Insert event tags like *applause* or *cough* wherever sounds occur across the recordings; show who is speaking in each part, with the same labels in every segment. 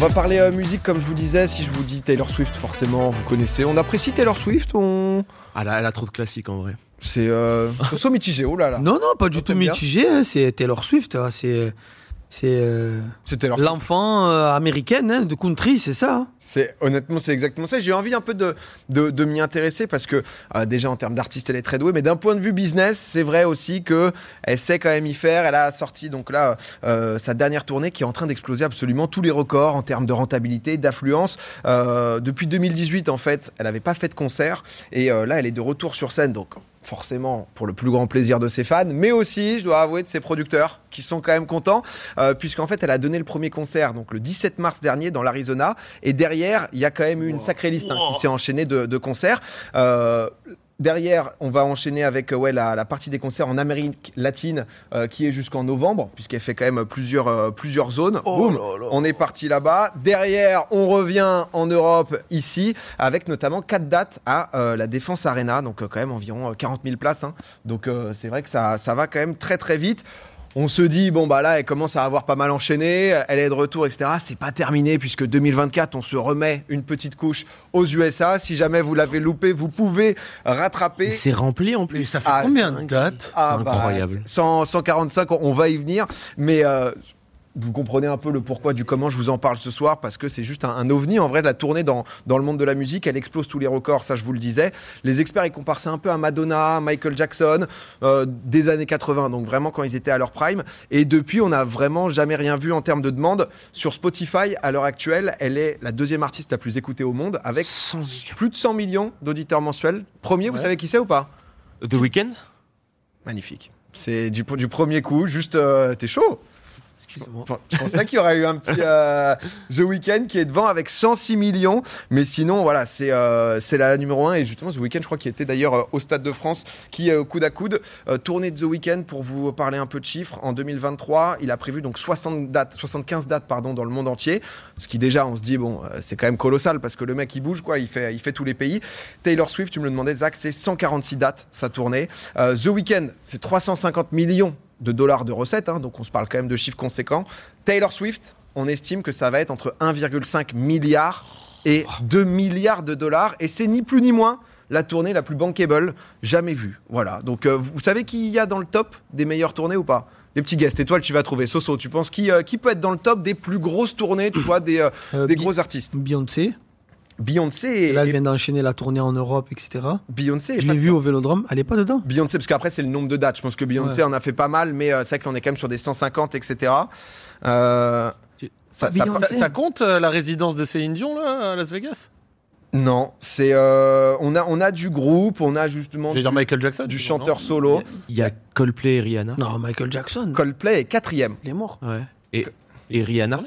Speaker 1: va parler euh, musique, comme je vous disais. Si je vous dis Taylor Swift, forcément, vous connaissez. On apprécie Taylor Swift on...
Speaker 2: Ah, là, elle a trop de classiques en vrai.
Speaker 1: C'est euh... so mitigé, oh là là.
Speaker 3: Non, non, pas du
Speaker 1: Ah,
Speaker 3: tout
Speaker 1: t'aimes bien
Speaker 3: mitigé. hein, C'est Taylor Swift. hein, C'est c'est euh,
Speaker 1: C'est Taylor Swift.
Speaker 3: l'enfant euh, américaine hein, de country, c'est ça. hein.
Speaker 1: C'est honnêtement, c'est exactement ça. J'ai envie un peu de, de, de m'y intéresser parce que euh, déjà en termes d'artiste, elle est très douée, mais d'un point de vue business, c'est vrai aussi que elle sait quand même y faire. Elle a sorti donc là euh, sa dernière tournée qui est en train d'exploser absolument tous les records en termes de rentabilité, d'affluence. Euh, depuis 2018, en fait, elle n'avait pas fait de concert et euh, là, elle est de retour sur scène. Donc forcément pour le plus grand plaisir de ses fans, mais aussi, je dois avouer, de ses producteurs qui sont quand même contents, euh, puisqu'en fait, elle a donné le premier concert donc le 17 mars dernier dans l'Arizona, et derrière, il y a quand même eu une sacrée liste hein, qui s'est enchaînée de, de concerts. Euh, Derrière, on va enchaîner avec euh, ouais, la, la partie des concerts en Amérique latine euh, qui est jusqu'en novembre, puisqu'elle fait quand même plusieurs, euh, plusieurs zones.
Speaker 3: Oh,
Speaker 1: Boum, on est parti là-bas. Derrière, on revient en Europe, ici, avec notamment quatre dates à euh, la Défense Arena, donc euh, quand même environ euh, 40 000 places. hein. Donc euh, c'est vrai que ça, ça va quand même très très vite. On se dit, bon, bah là, elle commence à avoir pas mal enchaîné, elle est de retour, etc. C'est pas terminé, puisque 2024, on se remet une petite couche aux USA. Si jamais vous l'avez loupé, vous pouvez rattraper.
Speaker 2: Et c'est rempli en plus.
Speaker 4: ça fait
Speaker 1: Ah,
Speaker 4: combien
Speaker 2: c'est
Speaker 4: de
Speaker 2: dingue.
Speaker 4: dates
Speaker 1: Ah,
Speaker 2: c'est
Speaker 1: bah,
Speaker 2: incroyable.
Speaker 1: 100, 145, on- on va y venir. Mais euh, vous comprenez un peu le pourquoi du comment je vous en parle ce soir, parce que c'est juste un, un ovni. En vrai, la tournée dans, dans le monde de la musique, elle explose tous les records, ça je vous le disais. Les experts, ils comparent ça un peu à Madonna, Michael Jackson, euh, des années 80, donc vraiment quand ils étaient à leur prime. Et depuis, on n'a vraiment jamais rien vu en termes de demande. Sur Spotify, à l'heure actuelle, elle est la deuxième artiste la plus écoutée au monde, avec
Speaker 2: 100 millions.
Speaker 1: plus de 100 millions d'auditeurs mensuels. Premier, vous savez qui c'est ou pas
Speaker 2: The Weeknd
Speaker 1: Magnifique. C'est du, du premier coup, juste euh, t'es chaud.
Speaker 3: Excusez-moi.
Speaker 1: Enfin, je pensais qu'il y aurait eu un petit euh, The Weeknd qui est devant avec 106 millions, mais sinon voilà c'est euh, c'est la numéro 1 et justement The Weeknd je crois qu'il était d'ailleurs euh, au Stade de France qui est au coude à coude Euh, tournée de The Weeknd pour vous parler un peu de chiffres en 2023 il a prévu donc 60 dates 75 dates pardon dans le monde entier ce qui déjà on se dit bon euh, c'est quand même colossal parce que le mec il bouge quoi il fait il fait tous les pays Taylor Swift tu me le demandais Zach c'est 146 dates sa tournée euh, The Weeknd, c'est 350 millions de dollars de recettes, hein, donc on se parle quand même de chiffres conséquents. Taylor Swift, on estime que ça va être entre 1,5 milliard et 2 milliards de dollars, et c'est ni plus ni moins la tournée la plus bankable jamais vue. Voilà, donc euh, vous savez qui y a dans le top des meilleures tournées ou pas les petits guests, étoiles, tu vas trouver. Soso, tu penses qui, euh, qui peut être dans le top des plus grosses tournées, tu vois, des, euh,
Speaker 3: Euh,
Speaker 1: des
Speaker 3: Bi-
Speaker 1: gros artistes
Speaker 3: Beyoncé.
Speaker 1: Beyoncé
Speaker 3: Et
Speaker 1: et,
Speaker 3: là, elle
Speaker 1: et-
Speaker 3: vient d'enchaîner la tournée en Europe, etc.
Speaker 1: Beyoncé est
Speaker 3: Je
Speaker 1: pas
Speaker 3: l'ai vue au Vélodrome. Elle est pas dedans.
Speaker 1: Beyoncé, parce qu'après, c'est le nombre de dates. Je pense que Beyoncé en a fait pas mal, mais euh, c'est vrai qu'on est quand même sur des 150, etc. Euh,
Speaker 2: Tu-
Speaker 1: ça- ça-
Speaker 3: Beyoncé.
Speaker 1: ça-
Speaker 4: ça, ça compte euh, la résidence de Céline Dion là à Las Vegas
Speaker 1: non, c'est euh, on a on a du groupe, on a justement
Speaker 4: Je vais
Speaker 1: du,
Speaker 4: dire Michael Jackson.
Speaker 1: du
Speaker 4: non
Speaker 1: chanteur solo.
Speaker 2: Il y a Coldplay et Rihanna.
Speaker 3: Non, Michael Jackson.
Speaker 1: Coldplay est quatrième.
Speaker 3: Il est mort.
Speaker 2: Ouais. Et, et Rihanna.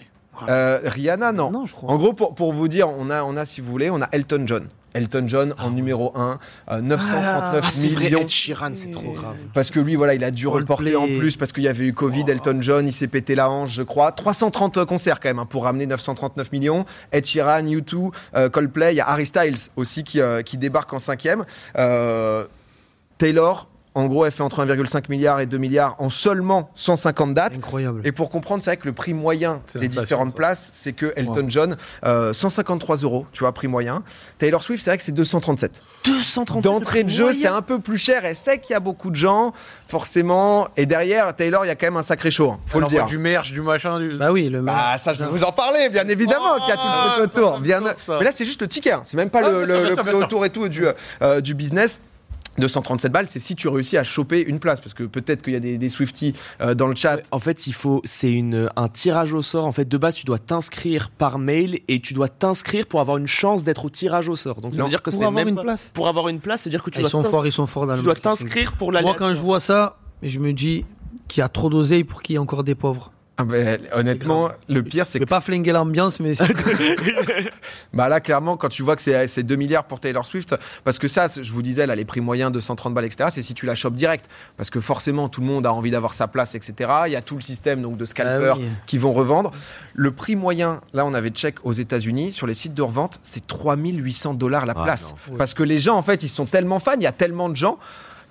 Speaker 1: Euh, Rihanna, non.
Speaker 3: Non, je crois.
Speaker 1: En gros, pour, pour vous dire, on a, on a, si vous voulez, on a Elton John. Elton John en numéro euh, 1,
Speaker 3: Ah,
Speaker 1: 939
Speaker 2: Ah, c'est vrai,
Speaker 1: millions.
Speaker 2: Ed Sheeran, c'est trop grave.
Speaker 1: Parce que lui, voilà, il a dû
Speaker 3: Coldplay.
Speaker 1: reporter en plus parce qu'il y avait eu Covid,
Speaker 4: Oh.
Speaker 1: Elton John, il s'est pété la hanche, je crois. 330 concerts quand même hein, pour ramener 939 millions. Ed Sheeran, U2, euh, Coldplay, il y a Harry Styles aussi qui, euh, qui débarque en cinquième. Euh, Taylor, en gros, elle fait entre 1,5 milliard et 2 milliards en seulement 150 dates.
Speaker 3: Incroyable.
Speaker 1: Et pour comprendre, c'est vrai que le prix moyen
Speaker 4: C'est
Speaker 1: des
Speaker 4: l'inflation,
Speaker 1: différentes
Speaker 4: ça.
Speaker 1: places, c'est que Elton John, euh, 153 euros, tu vois, prix moyen. Taylor Swift, c'est vrai que c'est 237.
Speaker 2: 230
Speaker 1: D'entrée de jeu, c'est un peu plus cher. Elle sait qu'il y a beaucoup de gens, forcément. Et derrière, Taylor, il y a quand même un sacré show. hein, Faut
Speaker 4: Alors,
Speaker 1: le dire.
Speaker 4: moi, Du merch, du machin, du.
Speaker 3: Bah oui, le mec.
Speaker 1: Bah, ça, je vais vous en parler, bien évidemment,
Speaker 4: Ah,
Speaker 1: qu'il y a tout le truc
Speaker 4: ça, ça
Speaker 1: autour.
Speaker 4: me
Speaker 1: Bien... e-
Speaker 4: chauffe, ça.
Speaker 1: Mais là, c'est juste le ticket. hein. C'est même pas
Speaker 4: Ah,
Speaker 1: le,
Speaker 4: bien sûr,
Speaker 1: le-
Speaker 4: bien
Speaker 1: le
Speaker 4: sûr,
Speaker 1: prix
Speaker 4: bien sûr.
Speaker 1: autour et tout du, euh, du business. 237 balles, c'est si tu réussis à choper une place, parce que peut-être qu'il y a des, des Swifties euh, dans le chat.
Speaker 2: En fait, il faut, c'est une, un tirage au sort. En fait, de base, tu dois t'inscrire par mail et tu dois t'inscrire pour avoir une chance d'être au tirage au sort. Donc, ça
Speaker 1: Non.
Speaker 2: veut dire que
Speaker 3: Pour
Speaker 2: c'est
Speaker 3: avoir
Speaker 2: même
Speaker 3: une
Speaker 2: pas-
Speaker 3: place.
Speaker 2: Pour avoir une place, c'est-à-dire que tu
Speaker 1: Ah,
Speaker 3: Ah, ils
Speaker 2: dois
Speaker 3: sont
Speaker 2: t'ins-
Speaker 3: forts, ils sont
Speaker 1: hein,
Speaker 3: forts dans
Speaker 2: tu
Speaker 3: le
Speaker 2: dois
Speaker 3: marketing.
Speaker 2: t'inscrire pour la.
Speaker 3: Moi, quand je vois ça, je me dis qu'il y a trop d'oseille pour qu'il y ait encore des pauvres.
Speaker 1: Ah, mais honnêtement, le pire,
Speaker 3: Je
Speaker 1: c'est
Speaker 3: vais pas flinguer l'ambiance, mais
Speaker 2: *laughs*
Speaker 3: c'est-
Speaker 1: Bah là, clairement, quand tu vois que c'est c'est 2 milliards pour Taylor Swift, parce que ça, c'est- je vous disais, là, les prix moyens de 130 balles, etc., c'est si tu la chopes direct. Parce que forcément, tout le monde a envie d'avoir sa place, etc. Il y a tout le système donc, de scalpers
Speaker 3: Ah oui.
Speaker 1: qui vont revendre. Le prix moyen, là, on avait check aux États-Unis, sur les sites de revente, c'est 3800 dollars la
Speaker 2: Ah,
Speaker 1: place.
Speaker 3: non.
Speaker 1: Parce que les gens, en fait, ils sont tellement fans, il y a tellement de gens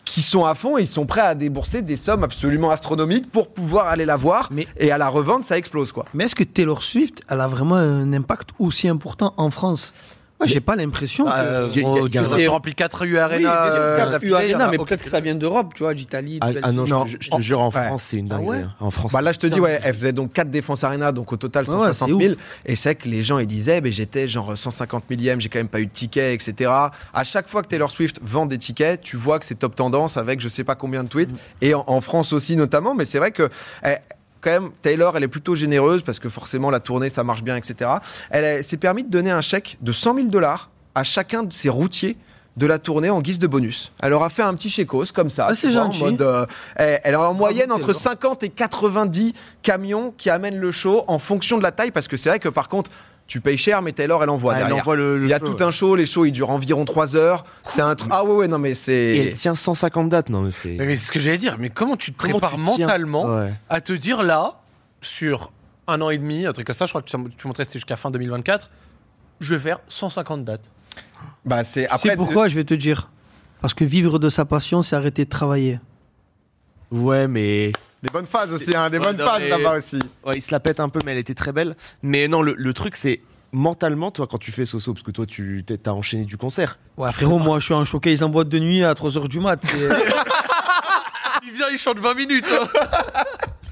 Speaker 1: qui sont à fond et ils sont prêts à débourser des sommes absolument astronomiques pour pouvoir aller la voir.
Speaker 3: Mais-
Speaker 1: Et à la revente, ça explose, quoi.
Speaker 3: Mais est-ce que Taylor Swift, elle a vraiment un impact aussi important en France Moi, j'ai pas l'impression
Speaker 4: Ah,
Speaker 3: que.
Speaker 4: euh,
Speaker 2: y a-
Speaker 4: gros,
Speaker 2: y a-
Speaker 4: tu-
Speaker 2: y a-
Speaker 4: tu remplis 4 U
Speaker 3: Oui, bien sûr,
Speaker 4: Arena. euh,
Speaker 3: quatre
Speaker 4: d'affilée,
Speaker 3: U Arena,
Speaker 4: là.
Speaker 3: mais
Speaker 4: Ok.
Speaker 3: peut-être que ça vient d'europe, tu vois, d'Italie. de
Speaker 2: Ah, ah non,
Speaker 3: Belgique.
Speaker 2: je-
Speaker 1: Non.
Speaker 2: Je, je te jure, en
Speaker 1: Ouais.
Speaker 2: France, c'est une
Speaker 4: Ah
Speaker 2: dinguerie.
Speaker 4: ouais
Speaker 2: hein. En France,
Speaker 1: Bah là, je te dis,
Speaker 3: Putain.
Speaker 1: ouais, elle faisait donc 4 défenses arena, donc au total
Speaker 3: Ouais, ouais,
Speaker 1: 160 000. Et c'est que les gens, ils disaient, ben j'étais genre 150 millième, j'ai quand même pas eu de ticket, etc. À chaque fois que Taylor Swift vend des tickets, tu vois que c'est top tendance avec je sais pas combien de
Speaker 3: Mm.
Speaker 1: tweets. Et en, en France aussi, notamment. Mais c'est vrai que. eh, quand même, Taylor, elle est plutôt généreuse parce que forcément la tournée, ça marche bien, etc. Elle eh, s'est permis de donner un chèque de 100 000 dollars à chacun de ses routiers de la tournée en guise de bonus. Elle leur a fait un petit chèque-cause comme ça.
Speaker 3: Ah,
Speaker 1: tu
Speaker 3: c'est
Speaker 1: vois, en
Speaker 3: gentil.
Speaker 1: mode, euh, eh, elle a en moyenne entre
Speaker 3: Taylor.
Speaker 1: 50 et 90 camions qui amènent le show en fonction de la taille parce que c'est vrai que par contre, tu payes cher, mais Taylor, elle envoie
Speaker 2: Ah, elle
Speaker 1: derrière.
Speaker 2: envoie le- le
Speaker 1: Il y a
Speaker 2: show,
Speaker 1: tout un show, les shows ils durent environ 3 heures. C'est un truc. Ah ouais, ouais, non, mais
Speaker 2: Et elle
Speaker 1: c'est.
Speaker 2: tient 150 dates, non mais c'est.
Speaker 4: Mais, c'est ce que j'allais dire, mais comment tu te
Speaker 2: Comment
Speaker 4: prépares
Speaker 2: tu tiens
Speaker 4: mentalement
Speaker 2: Ouais.
Speaker 4: à te dire là, sur un an et demi, un truc comme ça, je crois que tu, tu montrais c'était jusqu'à fin 2024, je vais faire 150 dates.
Speaker 1: Bah, c'est.
Speaker 3: Tu sais
Speaker 1: Après,
Speaker 3: pourquoi, je vais te dire. Parce que vivre de sa passion, c'est arrêter de travailler.
Speaker 2: Ouais, mais.
Speaker 1: des bonnes phases aussi, hein, des
Speaker 2: Ouais,
Speaker 1: bonnes
Speaker 2: non,
Speaker 1: phases
Speaker 2: mais-
Speaker 1: là-bas aussi.
Speaker 2: Ouais, il se la pète un peu, mais elle était très belle. Mais non, le, le truc, c'est mentalement, toi, quand tu fais Soso, parce que toi, tu t'es- t'as enchaîné du concert.
Speaker 3: Ouais, frérot, moi, je suis en showcase en boîte de nuit à 3h du mat. C'est-
Speaker 4: *laughs*
Speaker 2: *laughs*
Speaker 4: Il vient, il chante 20 minutes. hein.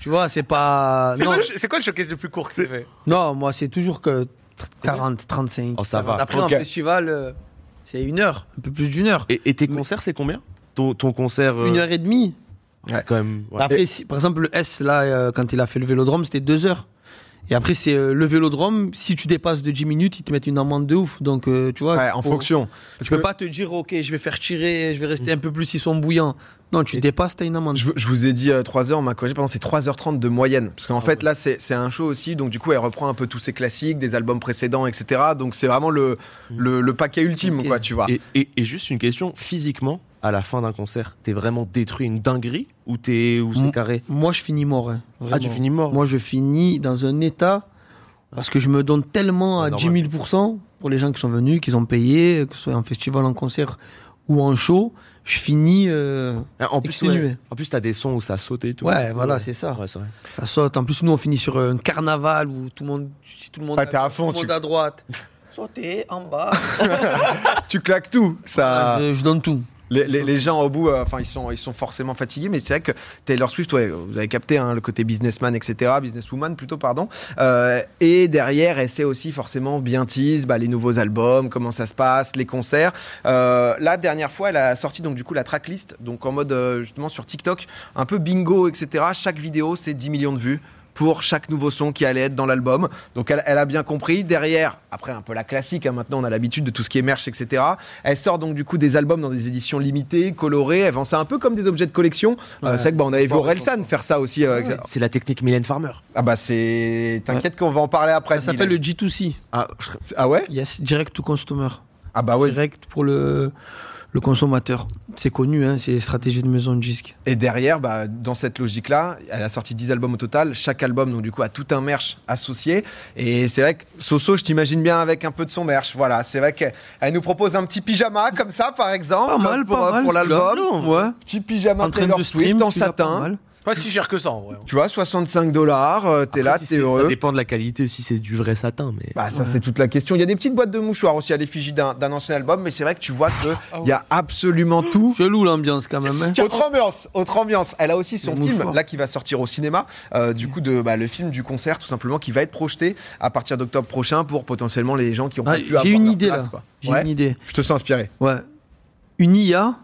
Speaker 3: tu vois, c'est pas.
Speaker 4: C'est
Speaker 3: Non,
Speaker 4: quoi, le- c'est quoi le showcase le plus court que t'as fait
Speaker 3: non, moi, c'est toujours que 40, 35.
Speaker 2: Oh, ça
Speaker 3: 40.
Speaker 2: va.
Speaker 3: Après,
Speaker 1: Ok.
Speaker 3: un festival, euh, c'est une heure, un peu plus d'une heure.
Speaker 2: Et, et tes
Speaker 3: Mais-
Speaker 2: concerts, c'est combien ton, ton concert. euh,
Speaker 3: Une heure et demie.
Speaker 2: C'est
Speaker 1: Ouais.
Speaker 2: quand même. ouais.
Speaker 3: Après, si- par exemple, le S, là, euh, quand il a fait le vélodrome, c'était deux heures. Et après, c'est euh, le vélodrome. Si tu dépasses de 10 minutes, ils te mettent une amende de ouf. Donc, euh, tu vois.
Speaker 1: Ouais, en
Speaker 2: oh.
Speaker 3: faut-
Speaker 1: fonction. Parce
Speaker 3: Tu peux
Speaker 1: que-
Speaker 3: pas te dire, OK, je vais faire tirer, je vais
Speaker 2: Mm.
Speaker 3: rester un peu plus, ils sont bouillants. Non, tu dépasses, t'as une amende.
Speaker 1: Je, je vous ai dit 3h, on m'a corrigé, pardon, c'est 3h30 de moyenne. Parce
Speaker 2: Ah
Speaker 1: qu'en fait, là, c'est c'est un show aussi, donc du coup, elle reprend un peu tous ses classiques, des albums précédents, etc. Donc c'est vraiment le, le, le paquet ultime,
Speaker 3: Ok.
Speaker 1: quoi, tu vois.
Speaker 2: Mm. Et, et- et juste une question, physiquement, à la fin d'un concert, t'es vraiment détruit une dinguerie ou t'es ou c'est
Speaker 3: Mm.
Speaker 2: carré
Speaker 3: Moi, je finis mort. hein,
Speaker 2: Ah,
Speaker 3: vraiment.
Speaker 2: tu finis mort.
Speaker 3: Moi, je finis dans un état parce que je me donne tellement
Speaker 2: Ouais,
Speaker 3: à
Speaker 2: normal.
Speaker 3: 10 000 pour les gens qui sont venus, qu'ils ont payé, que ce soit en festival, en concert ou en show. Je finis. euh,
Speaker 2: Ah, en plus,
Speaker 3: exténué.
Speaker 2: ouais. en plus, t'as des sons où ça saute et tout.
Speaker 3: Ouais, voilà, c'est ça.
Speaker 2: Ouais, c'est vrai.
Speaker 3: Ça saute. En plus, nous, on finit sur un carnaval où tout le monde. si Tout le monde
Speaker 1: Ah, t'es à fond,
Speaker 3: tout le
Speaker 1: tu-
Speaker 3: monde
Speaker 1: *laughs*
Speaker 3: à droite. Sautez en bas. Ah,
Speaker 1: Tu claques tout. Ça...
Speaker 3: Je, je donne tout.
Speaker 1: Les, les- les gens au bout, euh, enfin ils sont ils sont forcément fatigués, mais c'est vrai que Taylor Swift, ouais, vous avez capté hein, le côté businessman, etc., businesswoman plutôt pardon. Euh, et derrière, elle sait aussi forcément bien tease bah, les nouveaux albums, comment ça se passe, les concerts. Euh, la dernière fois, elle a sorti donc du coup la tracklist, donc en mode euh, justement sur TikTok, un peu bingo, etc. Chaque vidéo, c'est 10 millions de vues pour chaque nouveau son qui allait être dans l'album. Donc elle, elle a bien compris. Derrière, après un peu la classique, hein, maintenant on a l'habitude de tout ce qui est merch, etc. Elle sort donc du coup des albums dans des éditions limitées, colorées. Elle vend ça un peu comme des objets de collection. Euh,
Speaker 3: Ouais.
Speaker 1: c'est vrai que bah, on avait vu
Speaker 3: Fort,
Speaker 1: Orelsan faire ça aussi. euh,
Speaker 2: C'est- C'est la technique Mylène Farmer.
Speaker 1: Ah bah c'est... T'inquiète qu'on va en parler après.
Speaker 3: Ça s'appelle le
Speaker 1: Dylan.
Speaker 3: G2C.
Speaker 2: Ah, je-
Speaker 1: Ah ouais
Speaker 3: Yes, direct to consumer.
Speaker 1: Ah bah ouais.
Speaker 3: Direct pour le, le consommateur. C'est connu, hein, c'est les stratégies de maison de disque.
Speaker 1: Et derrière, bah, dans cette logique-là, elle a sorti 10 albums au total. Chaque album, donc du coup, a tout un merch associé. Et c'est vrai que Soso, je t'imagine bien avec un peu de son merch. Voilà, c'est vrai qu'elle elle nous propose un petit pyjama comme ça, par exemple,
Speaker 3: Pas mal,
Speaker 1: pour,
Speaker 3: pas
Speaker 1: euh,
Speaker 3: mal,
Speaker 1: pour l'album.
Speaker 3: celui-là. Ouais.
Speaker 1: Petit pyjama
Speaker 3: En train
Speaker 1: Taylor
Speaker 3: de stream,
Speaker 1: Swift en
Speaker 3: celui-là, pas
Speaker 1: satin.
Speaker 3: mal.
Speaker 4: Pas si cher que ça en vrai.
Speaker 1: Tu vois, 65 dollars, euh, t'es
Speaker 2: Après,
Speaker 1: là,
Speaker 2: si
Speaker 1: t'es
Speaker 2: c'est- Ça
Speaker 1: heureux.
Speaker 2: dépend de la qualité, si c'est du vrai satin, mais.
Speaker 1: Bah, ça, c'est toute la question. Il y a des petites boîtes de mouchoirs aussi à l'effigie d'un d'un ancien album, mais c'est vrai que tu vois qu'il
Speaker 4: Ah
Speaker 1: y a absolument tout.
Speaker 3: Chelou l'ambiance quand même. hein.
Speaker 1: Autre ambiance, autre ambiance. Elle a aussi son
Speaker 3: Les
Speaker 1: film
Speaker 3: mouchoirs.
Speaker 1: là qui va sortir au cinéma, euh, du coup de bah, le film du concert tout simplement qui va être projeté à partir d'octobre prochain pour potentiellement les gens qui ont
Speaker 3: Ah,
Speaker 1: pas pu
Speaker 3: j'ai
Speaker 1: avoir
Speaker 3: une
Speaker 1: leur
Speaker 3: idée,
Speaker 1: place,
Speaker 3: là.
Speaker 1: quoi.
Speaker 3: J'ai
Speaker 1: Ouais.
Speaker 3: une idée.
Speaker 1: Je te sens inspiré.
Speaker 3: Ouais. Une IA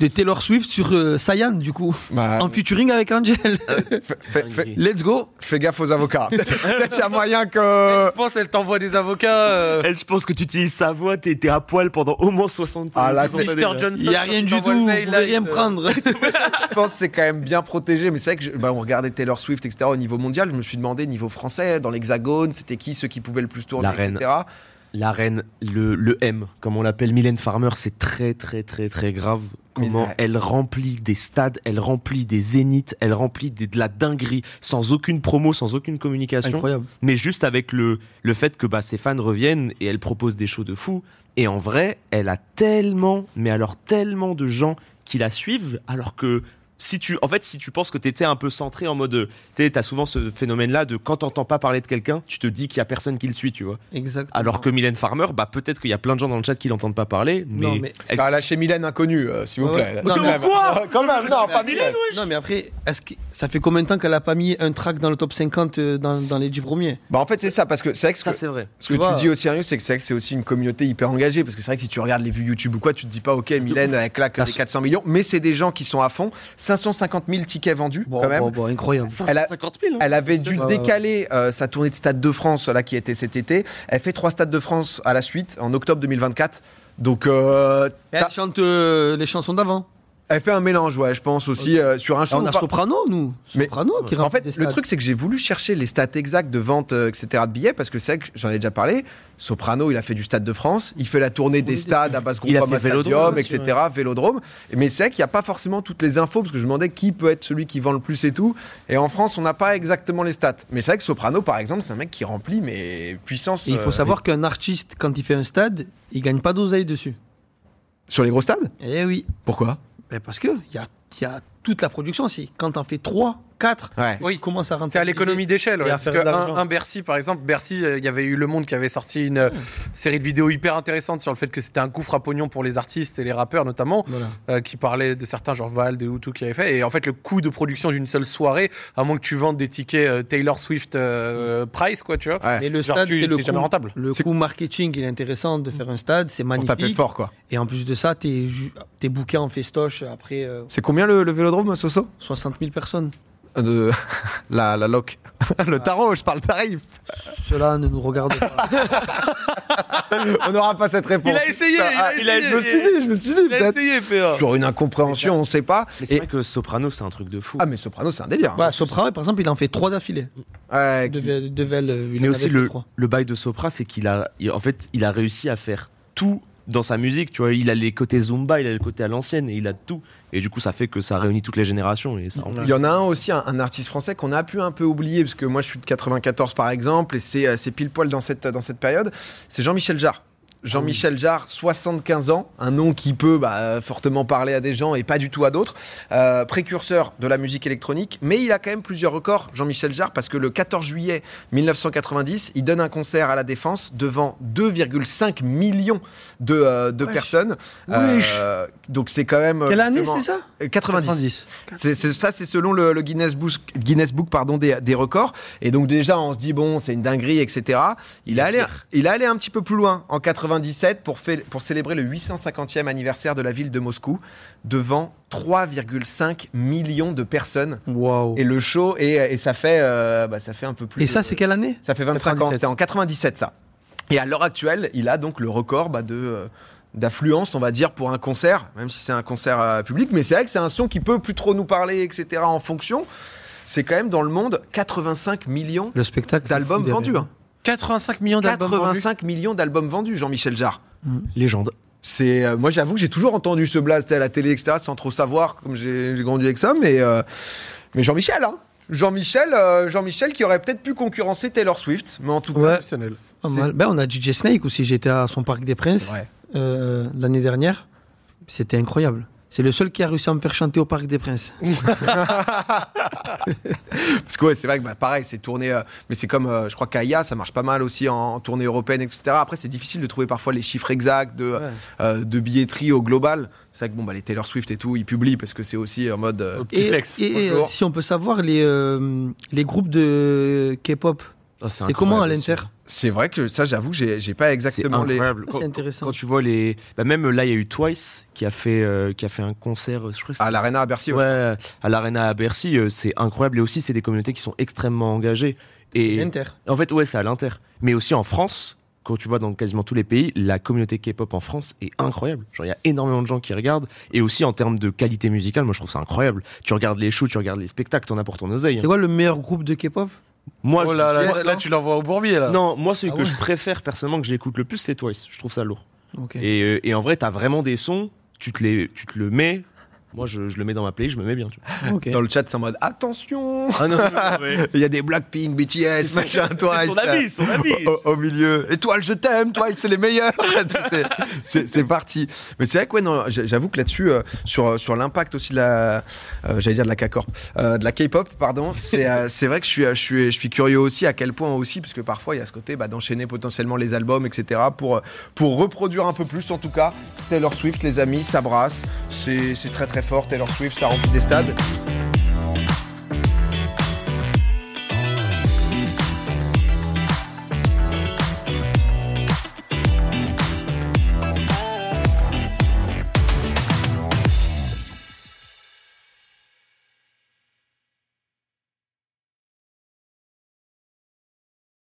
Speaker 3: de Taylor Swift sur euh, Sayan, du coup.
Speaker 1: Bah,
Speaker 3: En featuring
Speaker 1: *laughs*
Speaker 3: avec Angel.
Speaker 1: fais- fais- fais-
Speaker 3: Let's go.
Speaker 1: fais gaffe aux
Speaker 3: *laughs*
Speaker 1: avocats. Peut-être y a moyen que.
Speaker 4: Je pense qu'elle t'envoie des avocats. euh,
Speaker 2: Elle, je pense que tu utilises sa voix, t'es t'es à poil pendant au moins 60
Speaker 1: Ah, la
Speaker 2: jours.
Speaker 1: tête.
Speaker 4: Mr. Johnson.
Speaker 3: Il n'y a rien du tout.
Speaker 4: t'envoie le
Speaker 3: Vous
Speaker 4: mail
Speaker 3: pouvez
Speaker 4: live,
Speaker 3: rien *laughs*
Speaker 4: euh,
Speaker 3: prendre.
Speaker 1: je pense que c'est quand même bien protégé. Mais c'est vrai que je- bah, on regardait Taylor Swift, etc. au niveau mondial. Je me suis demandé, niveau français, dans l'Hexagone, c'était qui ceux qui pouvaient le plus tourner,
Speaker 2: La reine.
Speaker 1: etc.
Speaker 2: La reine, le, le M, comme on l'appelle, Mylène Farmer, c'est très très très très grave. Comment
Speaker 1: Mais-
Speaker 2: elle remplit des stades, elle remplit des zéniths, elle remplit des- de la dinguerie, sans aucune promo, sans aucune communication,
Speaker 3: Incroyable.
Speaker 2: mais juste avec le, le fait que bah, ses fans reviennent et elle propose des shows de fou. Et en vrai, elle a tellement, mais alors tellement de gens qui la suivent, alors que si tu, en fait, si tu penses que tu étais un peu centré en mode, tu as souvent ce phénomène-là de quand t'entends pas parler de quelqu'un, tu te dis qu'il y a personne qui le suit, tu vois.
Speaker 3: Exactement.
Speaker 2: Alors que Mylène Farmer, bah peut-être qu'il y a plein de gens dans le chat qui l'entendent pas parler, mais,
Speaker 3: Non, mais-
Speaker 2: elle-
Speaker 1: T'as Bah, lâché Mylène inconnue, euh, s'il vous
Speaker 3: Ah
Speaker 1: plaît.
Speaker 3: Ouais, ouais.
Speaker 1: *laughs* Quand
Speaker 2: Mais
Speaker 1: même.
Speaker 2: quoi
Speaker 1: Quand même, non, pas Mylène.
Speaker 3: Non, mais après, est-ce que ça fait combien de temps qu'elle a pas mis un track dans le top 50 euh, dans, dans les 10 premiers
Speaker 1: Bah, en fait, c'est ça, parce que c'est vrai que ce
Speaker 2: ça
Speaker 1: que,
Speaker 2: c'est vrai.
Speaker 1: ce que
Speaker 3: vois.
Speaker 1: tu dis au sérieux, c'est que c'est vrai que c'est aussi une communauté hyper engagée, parce que c'est vrai que si tu regardes les vues YouTube ou quoi, tu te dis pas, ok, Mylène, elle claque
Speaker 2: T'as
Speaker 1: les
Speaker 2: ce-
Speaker 1: 400 millions, mais c'est des gens qui sont à fond. 550 000 tickets vendus,
Speaker 3: Bon,
Speaker 1: quand même.
Speaker 3: bon, bon, incroyable.
Speaker 1: Elle a-
Speaker 2: 50 000. hein.
Speaker 1: Elle avait dû
Speaker 3: Ouais, ouais, ouais.
Speaker 1: décaler euh, sa tournée de Stade de France là qui était cet été. Elle fait trois Stades de France à la suite en octobre 2024. Donc euh,
Speaker 3: Eh, Elle
Speaker 1: t'as-
Speaker 3: chante euh, les chansons d'avant.
Speaker 1: elle fait un mélange, ouais, je pense aussi euh, sur un show.
Speaker 3: on a
Speaker 1: pas-
Speaker 3: Soprano, nous.
Speaker 1: Mais-
Speaker 3: Soprano qui
Speaker 1: En
Speaker 3: remplit
Speaker 1: fait,
Speaker 3: des
Speaker 1: le
Speaker 3: stades.
Speaker 1: truc c'est que j'ai voulu chercher les stats exactes de vente, euh, etc. de billets parce que c'est vrai que j'en ai déjà parlé. Soprano, il a fait du Stade de France, il fait la tournée des
Speaker 3: Oui,
Speaker 1: stades à basse
Speaker 2: Il a
Speaker 1: Groupama
Speaker 2: fait Vélodrome
Speaker 1: Stadium,
Speaker 2: aussi,
Speaker 1: etc. Vélodrome. Mais c'est vrai qu'il n'y a pas forcément toutes les infos parce que je me demandais qui peut être celui qui vend le plus et tout. Et en France, on n'a pas exactement les stats. Mais c'est vrai que Soprano, par exemple, c'est un mec qui remplit mais puissance.
Speaker 3: Et il
Speaker 1: euh,
Speaker 3: faut savoir qu'un artiste, quand il fait un stade, il gagne pas d'oseille dessus.
Speaker 1: Sur les gros stades
Speaker 3: Eh oui.
Speaker 1: Pourquoi
Speaker 3: Ben parce que il y a, il y a toute la production. Si quand t'en fais 3, 4,
Speaker 1: Ah Ouais.
Speaker 4: Oui.
Speaker 3: il commence à rentrer.
Speaker 4: C'est à l'économie d'échelle.
Speaker 3: Et
Speaker 4: ouais,
Speaker 3: à
Speaker 4: parce
Speaker 3: faire
Speaker 4: que
Speaker 3: de
Speaker 4: un,
Speaker 3: l'argent.
Speaker 4: un Bercy, par exemple, Bercy, euh, il y avait eu Le Monde qui avait sorti une euh, série de vidéos hyper intéressantes sur le fait que c'était un gouffre à pognon pour les artistes et les rappeurs notamment,
Speaker 3: Voilà.
Speaker 4: euh, qui parlaient de certains genre Val, de Hutu qui avaient fait. Et en fait, le coût de production d'une seule soirée, à moins que tu vendes des tickets euh, Taylor Swift euh, Price, quoi, tu vois.
Speaker 1: Ouais.
Speaker 3: Mais le
Speaker 4: Genre,
Speaker 3: stade,
Speaker 4: tu-
Speaker 3: c'est le
Speaker 4: t'es jamais
Speaker 3: coût-
Speaker 4: rentable.
Speaker 3: Le
Speaker 1: C'est-
Speaker 3: coût marketing, il est intéressant de faire un stade, c'est
Speaker 1: Pour taper
Speaker 3: magnifique.
Speaker 1: fort, quoi.
Speaker 3: Et en plus de ça, t'es, ju- t'es bouqué en festoche après euh,
Speaker 1: C'est combien le, le vélodrome, Soso Euh,
Speaker 3: 60 000 personnes.
Speaker 1: de... *laughs* La, la loc. *laughs* le tarot, je parle tarif.
Speaker 3: Cela ne nous regarde *laughs* pas.
Speaker 1: On n'aura pas cette réponse.
Speaker 4: Il a essayé, il a
Speaker 1: Ah,
Speaker 4: essayé.
Speaker 1: Je me suis dit, je me suis dit,
Speaker 4: Il a
Speaker 1: peut-être.
Speaker 4: essayé, PA.
Speaker 1: Sur une incompréhension, on ne sait pas.
Speaker 2: Mais c'est
Speaker 1: Et...
Speaker 2: vrai que Soprano, c'est un truc de fou.
Speaker 1: Ah, mais Soprano, c'est un délire. hein.
Speaker 3: voilà, Soprano, Bah, par exemple, il en fait 3 d'affilée.
Speaker 1: Ouais,
Speaker 3: De,
Speaker 1: qui-
Speaker 3: Vel- de Vel, euh, il
Speaker 2: mais
Speaker 3: en
Speaker 2: aussi
Speaker 3: avait fait
Speaker 2: le,
Speaker 3: trois.
Speaker 2: le bail de Sopra, c'est qu'il a, il- en fait, il a réussi à faire tout dans sa musique. Tu vois, il a les côtés zumba, il a le côté à l'ancienne, et il a tout. Et du coup, ça fait que ça réunit toutes les générations et ça rend-
Speaker 1: Il y en a un aussi, un, un artiste français qu'on a pu un peu oublier, parce que moi je suis de 94 par exemple, et c'est euh, c'est pile poil dans cette, dans cette période, c'est Jean-Michel Jarre. Jean-Michel Jarre, 75 ans, un nom qui peut bah, euh, fortement parler à des gens et pas du tout à d'autres, euh, précurseur de la musique électronique, mais il a quand même plusieurs records, Jean-Michel Jarre, parce que le 14 juillet 1990, il donne un concert à la Défense devant 2,5 millions de, euh, de
Speaker 3: Wesh.
Speaker 1: personnes.
Speaker 3: Wesh.
Speaker 1: Euh, donc c'est quand même... euh,
Speaker 3: Quelle année,
Speaker 1: justement,
Speaker 3: c'est ça
Speaker 1: euh, 90. C'est- c'est- ça, c'est selon le, le Guinness Book, Guinness Book pardon, des, des records. Et donc déjà, on se dit, bon, c'est une dinguerie, etc. Il a, allé, il a allé un petit peu plus loin en 97 pour, fait- pour célébrer le 850e anniversaire de la ville de Moscou devant 3,5 millions de personnes.
Speaker 3: Waouh.
Speaker 1: Et le show, et, et ça, fait, euh, bah, ça fait un peu plus...
Speaker 3: Et ça,
Speaker 1: de-
Speaker 3: c'est quelle année
Speaker 1: ça fait 25 ans,
Speaker 3: 97.
Speaker 1: c'était en 97 ça. Et à l'heure actuelle, il a donc le record bah, de euh, d'affluence, on va dire, pour un concert, même si c'est un concert euh, public, mais c'est vrai que c'est un son qui peut plus trop nous parler, etc. en fonction. C'est quand même dans le monde 85 millions
Speaker 3: Le spectacle.
Speaker 1: d'albums
Speaker 3: fou des
Speaker 1: vendus.
Speaker 3: rêves.
Speaker 1: hein.
Speaker 4: 85 millions d'albums. vendus.
Speaker 1: 85 millions d'albums vendus, Jean-Michel Jarre.
Speaker 2: légende.
Speaker 1: C'est euh, moi j'avoue que j'ai toujours entendu ce blast à la télé etc sans trop savoir comme j'ai j'ai grandi avec ça mais euh, mais Jean-Michel hein. Jean-Michel euh, Jean-Michel qui aurait peut-être pu concurrencer Taylor Swift mais en tout cas
Speaker 3: Ouais.
Speaker 4: Exceptionnel.
Speaker 3: Pas
Speaker 1: C'est-
Speaker 3: mal. Ben, on a DJ Snake aussi. J'étais à son Parc des
Speaker 1: c'est
Speaker 3: Princes
Speaker 1: vrai.
Speaker 3: euh, l'année dernière. C'était incroyable. C'est le seul qui a réussi à me faire chanter au Parc des Princes.
Speaker 1: Parce que ouais, c'est vrai que bah, pareil, c'est tourné, euh, mais c'est comme, euh, je crois qu'Aya, ça marche pas mal aussi en, en tournée européenne, etc. Après, c'est difficile de trouver parfois les chiffres exacts de, euh, de billetterie au global. C'est vrai que bon, bah, les Taylor Swift et tout, ils publient parce que c'est aussi en mode. euh,
Speaker 4: Au petit
Speaker 3: et
Speaker 4: flex.
Speaker 3: et,
Speaker 1: Bonjour.
Speaker 3: euh, si on peut savoir, les, euh, les groupes de K-pop,
Speaker 2: Ah,
Speaker 3: c'est comment à
Speaker 2: incroyable aussi.
Speaker 3: l'Inter
Speaker 1: c'est vrai que ça, j'avoue, j'ai j'ai pas exactement
Speaker 2: C'est
Speaker 1: les.
Speaker 2: incroyable.
Speaker 3: Ah,
Speaker 2: Quand-
Speaker 3: c'est intéressant.
Speaker 2: Quand tu vois les. bah, même là, il y a eu Twice qui a fait, euh, qui a fait un concert, euh, je crois que c'était-
Speaker 1: À l'Arena à Bercy, ouais.
Speaker 2: Ouais, à l'Arena à Bercy, euh, c'est incroyable. Et aussi, c'est des communautés qui sont extrêmement engagées. Et
Speaker 3: L'Inter.
Speaker 2: en fait, ouais, c'est à l'Inter. Mais aussi en France, quand tu vois dans quasiment tous les pays, la communauté K-pop en France est incroyable. Genre, il y a énormément de gens qui regardent. Et aussi en termes de qualité musicale, moi, je trouve ça incroyable. Tu regardes les shows, tu regardes les spectacles, t'en as pour ton oseille. hein.
Speaker 3: C'est quoi le meilleur groupe de K-pop
Speaker 2: Moi,
Speaker 4: Oh
Speaker 2: je-
Speaker 4: là là,
Speaker 1: Yes,
Speaker 4: là,
Speaker 1: non
Speaker 4: tu l'envoies au bourbier, là.
Speaker 2: non, moi, celui
Speaker 3: Ah
Speaker 2: que
Speaker 3: ouais
Speaker 2: je préfère personnellement, que j'écoute le plus, c'est Twice. Je trouve ça lourd.
Speaker 3: Ok.
Speaker 2: Et, euh, et en vrai, t'as vraiment des sons, tu te, les, tu te le mets. Moi, je, je le mets dans ma play, je me mets bien. tu vois.
Speaker 3: Ok.
Speaker 1: Dans le chat, c'est en mode attention *laughs*
Speaker 2: Ah non, non, non, mais-
Speaker 1: Il y a des Blackpink, BTS, machin,
Speaker 2: C'est
Speaker 1: Twice.
Speaker 2: son ami, son ami.
Speaker 1: Au- au, au milieu. Étoile, je t'aime, toi, c'est les meilleurs. *laughs* C'est- c'est- c'est parti. Mais c'est vrai que ouais, non, j'a- j'avoue que là-dessus, euh, sur, sur l'impact aussi de la, euh, j'allais dire de la K-corp, euh, de la K-pop, pardon, c'est euh, c'est vrai que je suis, euh, je suis, je suis curieux aussi à quel point aussi, parce que parfois il y a ce côté bah, d'enchaîner potentiellement les albums, etc. pour euh, pour reproduire un peu plus, en tout cas. Taylor Swift, les amis, ça brasse, c'est c'est très très fort. Taylor Swift, ça remplit des stades.